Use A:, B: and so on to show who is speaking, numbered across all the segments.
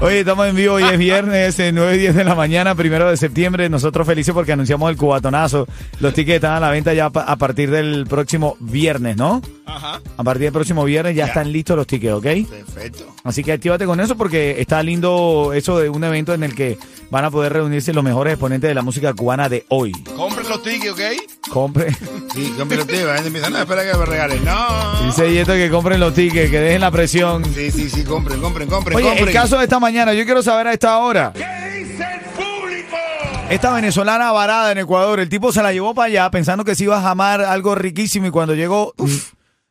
A: Oye, estamos en vivo, hoy es viernes, eh, 9 y 10 de la mañana, primero de septiembre. Nosotros felices porque anunciamos el cubatonazo. Los tickets están a la venta ya pa- a partir del próximo viernes, ¿no?
B: Ajá.
A: A partir del próximo viernes ya,
B: Ya.
A: están listos los tickets, ¿ok?
B: Perfecto.
A: Así que actívate con eso porque está lindo eso de un evento en el que van a poder reunirse los mejores exponentes de la música cubana de hoy.
B: Compren los tickets, ¿ok?
A: Compre.
B: Sí, compren los tickets. La gente piensa, no, espera que me regalen. No.
A: Dice Yeto que compren los tickets, que dejen la presión.
B: Sí, sí, sí, compren, compren, compren.
A: Oye,
B: compren.
A: el caso de esta mañana, yo quiero saber a esta hora. Esta venezolana varada en Ecuador, el tipo se la llevó para allá pensando que se iba a jamar algo riquísimo y cuando llegó,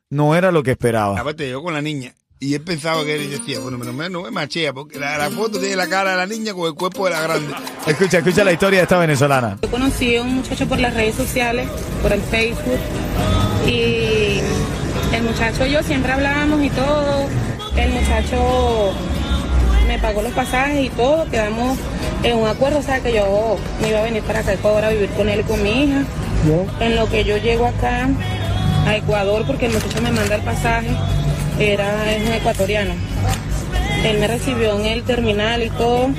A: no era lo que esperaba.
B: Aparte, yo con la niña. Y él pensaba que él decía, bueno, menos mal no me machea, porque la, la foto tiene la cara de la niña con el cuerpo de la grande.
A: Escucha, escucha la historia de esta venezolana.
C: Yo conocí a un muchacho por las redes sociales, por el Facebook, y el muchacho y yo siempre hablábamos y todo. El muchacho me pagó los pasajes y todo, quedamos en un acuerdo, o sea que yo me iba a venir para acá a Ecuador a vivir con él y con mi hija. En lo que yo llego acá a Ecuador, porque el muchacho me manda el pasaje, era, es un ecuatoriano. Él me recibió en el terminal y todo,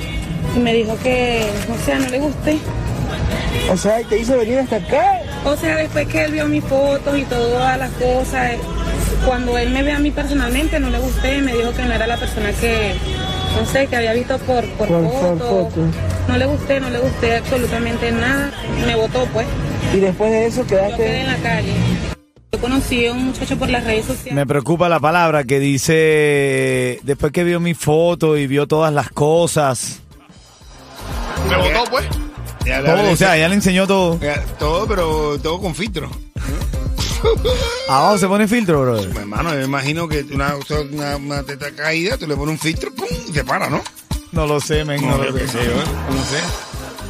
C: y me dijo que, o sea, no le gusté.
D: O sea, te hizo venir hasta acá.
C: O sea, después que él vio mis fotos y todas las cosas, eh, cuando él me ve a mí personalmente no le gusté, me dijo que no era la persona que, no sé, que había visto por, por,
D: Por- por
C: fotos.
D: fotos.
C: No le gusté, no le gusté absolutamente nada. Me votó pues,
D: Y después de eso
C: yo quedé
D: quedaste.
C: en la calle. Yo conocí a un muchacho por las redes sociales.
A: Me preocupa la palabra que dice, después que vio mi foto y vio todas las cosas,
B: ¿Me votó, pues?
A: todo, o sea, ya le enseñó todo.
B: eh, todo, pero todo con filtro.
A: Abajo se pone filtro, brother.
B: Mi Pues, hermano, yo me imagino que una, una, una teta caída, tú le pones un filtro, ¡pum! y te para, ¿no?
A: No lo sé, men, no lo
B: yo qué
A: sé.
B: sé yo, ¿eh? No sé.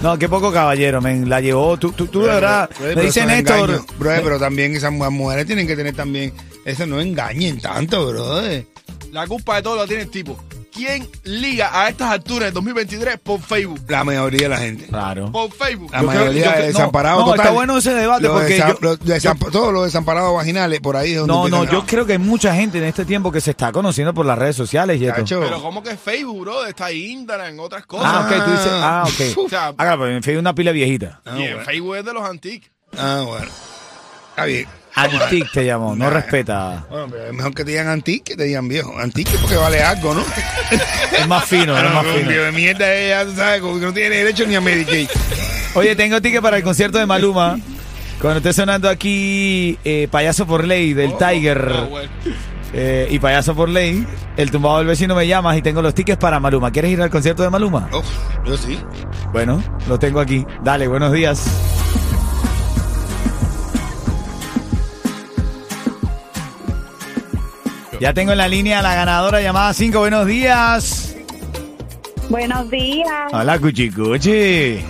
A: No, qué poco caballero, men. La llevó. Tú, tú, tú de verdad. Me
B: Brother, pues, pero
A: dice
B: eso es
A: Néstor.
B: engaño. Brother, pero también esas mu- mujeres tienen que tener también. Eso no engañen tanto, brother.
E: La culpa de todo la tiene el tipo. ¿Quién liga a estas alturas en 2023 por Facebook?
B: La mayoría de la gente.
A: Claro.
E: Por Facebook.
B: La
A: Yo creo-
B: mayoría
A: yo creo-
B: de
A: no,
B: desamparados.
A: no,
B: total.
A: está bueno ese debate
B: Los
A: porque
B: desa-
A: yo-
B: los desampa- todos los desamparados vaginales por ahí es
A: No,
B: donde
A: no,
B: empiezan a-
A: yo creo que hay mucha gente en este tiempo que se está conociendo por las redes sociales, Yeto.
B: Cacho.
E: Pero ¿cómo que Facebook, bro? Está Instagram, otras cosas.
A: Ah, ok, tú dices. Ah,
E: O
A: ok.
E: sea,
A: Ah, claro, pero en fin, una pila viejita.
B: Ah,
E: y en
B: bueno.
E: Facebook es de los antiques.
B: Ah, bueno. Está bien.
A: Antic te llamó, no
B: Nah.
A: respeta.
B: Bueno, pero es mejor que te digan antique que te digan viejo. Antique porque vale algo, ¿no?
A: Es más fino, es
B: Pero
A: más
B: un
A: fino.
B: viejo de mierda ella, tú sabes, como que no tiene derecho ni a Medicaid.
A: Oye, tengo ticket para el concierto de Maluma. Cuando esté sonando aquí eh, Payaso por Ley del
B: Oh,
A: Tiger
E: Ah, bueno.
A: eh, y Payaso por Ley, el tumbado del vecino me llamas y tengo los tickets para Maluma. ¿Quieres ir al concierto de Maluma?
B: Uf, yo sí.
A: Bueno, lo tengo aquí. Dale, buenos días. Ya tengo en la línea a la ganadora llamada 5. Buenos días.
F: Buenos días.
A: Hola, Cuchicuchi.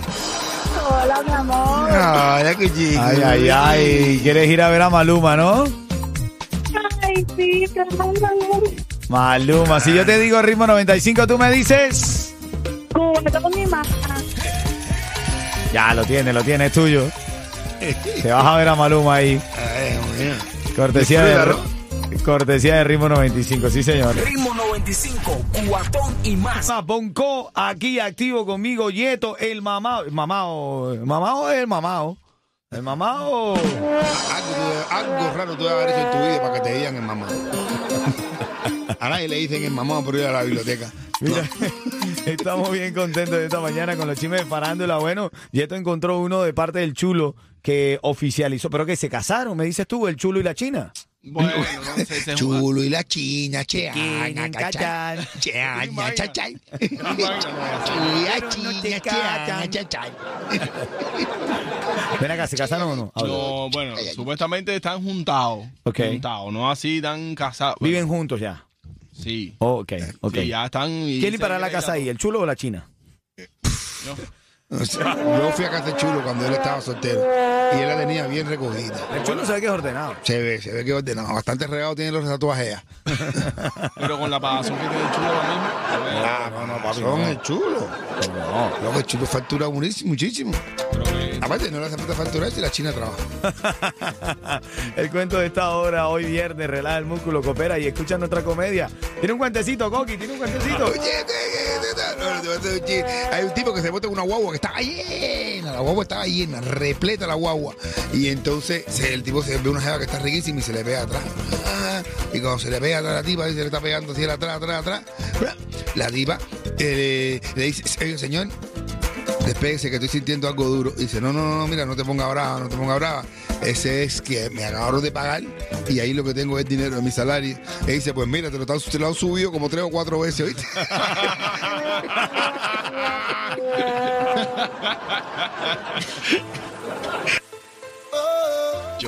F: Hola, mi amor.
B: Ah, ya que chico.
A: Ay, ay, ay. ¿Quieres ir a ver a Maluma, no?
F: Ay, sí, te mando un
A: Maluma, si yo te digo ritmo 95, tú me dices.
F: culo con mi mamá.
A: Ya, lo tiene, lo tiene, es tuyo. Te vas a ver a Maluma ahí.
B: Ay, Dios mío.
A: Cortesía de,
B: Disfrútalo.
A: cortesía de ritmo 95, sí, señor.
G: Ritmo 95, cuatón y más.
A: Más Bonco, aquí activo conmigo, Yeto, el mamao. El mamao. El mamao es el mamao. El mamao.
B: Algo, tú- algo raro tú debes haber hecho en tu vida para que te digan el mamá. A nadie le dicen el mamá por ir a la biblioteca.
A: Mira, estamos bien contentos de esta mañana con los chismes de farándula. Bueno, Yeto encontró uno de parte del chulo que oficializó, pero que se casaron, me dices tú, el chulo y la china.
E: Bueno, no sé, se jugaba.
B: Chulo y la china, cheana,
A: Quieren
B: cachán.
A: cachán.
B: Cheana,
E: Imagina.
B: chachán.
E: Imagina.
B: Chulo y la
A: Pero no te
B: china, cheana,
A: cachan.
B: chachán.
A: Ven acá, ¿se casaron o no? Habla.
E: No, bueno, supuestamente están juntados.
A: Ok.
E: Juntados, no así tan casados.
A: Viven juntos ya.
E: Sí.
A: Ok, ok.
E: Sí, ya están. y
A: ¿Quién
E: se
A: limpiará la
E: veía
A: casa ahí, el chulo o la china?
B: O sea, Yo fui a casa de Chulo cuando él estaba soltero y él la tenía bien recogida.
A: El chulo sabe que es ordenado.
B: Se ve, se ve que ordenado. Bastante regado tiene los tatuajes. ya.
E: todo. Pero con la pagazón que tiene el chulo ahora mismo. eh,
B: Ah, no, no, papi. Son el chulo. Lo que el chulo factura muchísimo, muchísimo. Aparte, no le hace falta facturar si la China trabaja.
A: el cuento de esta hora, hoy viernes, relaja el músculo, coopera y escucha nuestra comedia. Tiene un guantecito, Coqui, tiene un guantecito.
B: Oye, ¿qué, qué, qué? No, no, te voy a hacer un chiste. Hay un tipo que se bota en una guagua que estaba llena, la guagua estaba llena, repleta la guagua. Y entonces se- el tipo se ve una jeva que está riquísima y se le pega atrás. Ah, Y cuando se le pega atrás a la tipa, ahí se le está pegando así atrás, atrás, atrás. Ah, La tipa eh, le, le dice, "Oye, señor, Despéguese que estoy sintiendo algo duro. Y dice, no, no, no, no, mira, no te ponga brava, no te ponga brava. Ese es que me acabaron de pagar y ahí lo que tengo es dinero de mi salario. Y dice, pues mira, te lo, están- te lo han subido como tres o cuatro veces, ¿oíste?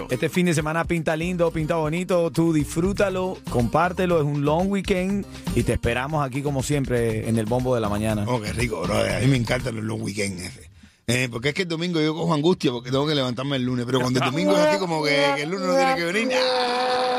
A: Este fin de semana pinta lindo, pinta bonito. Tú disfrútalo, compártelo. Es un long weekend y te esperamos aquí, como siempre, en el bombo de la mañana.
B: Oh, qué rico, bro. A mí me encantan los long weekends. ese. Eh, porque es que el domingo yo cojo angustia porque tengo que levantarme el lunes. Pero cuando el domingo es así como que, que el lunes no tiene que venir. ¡ah!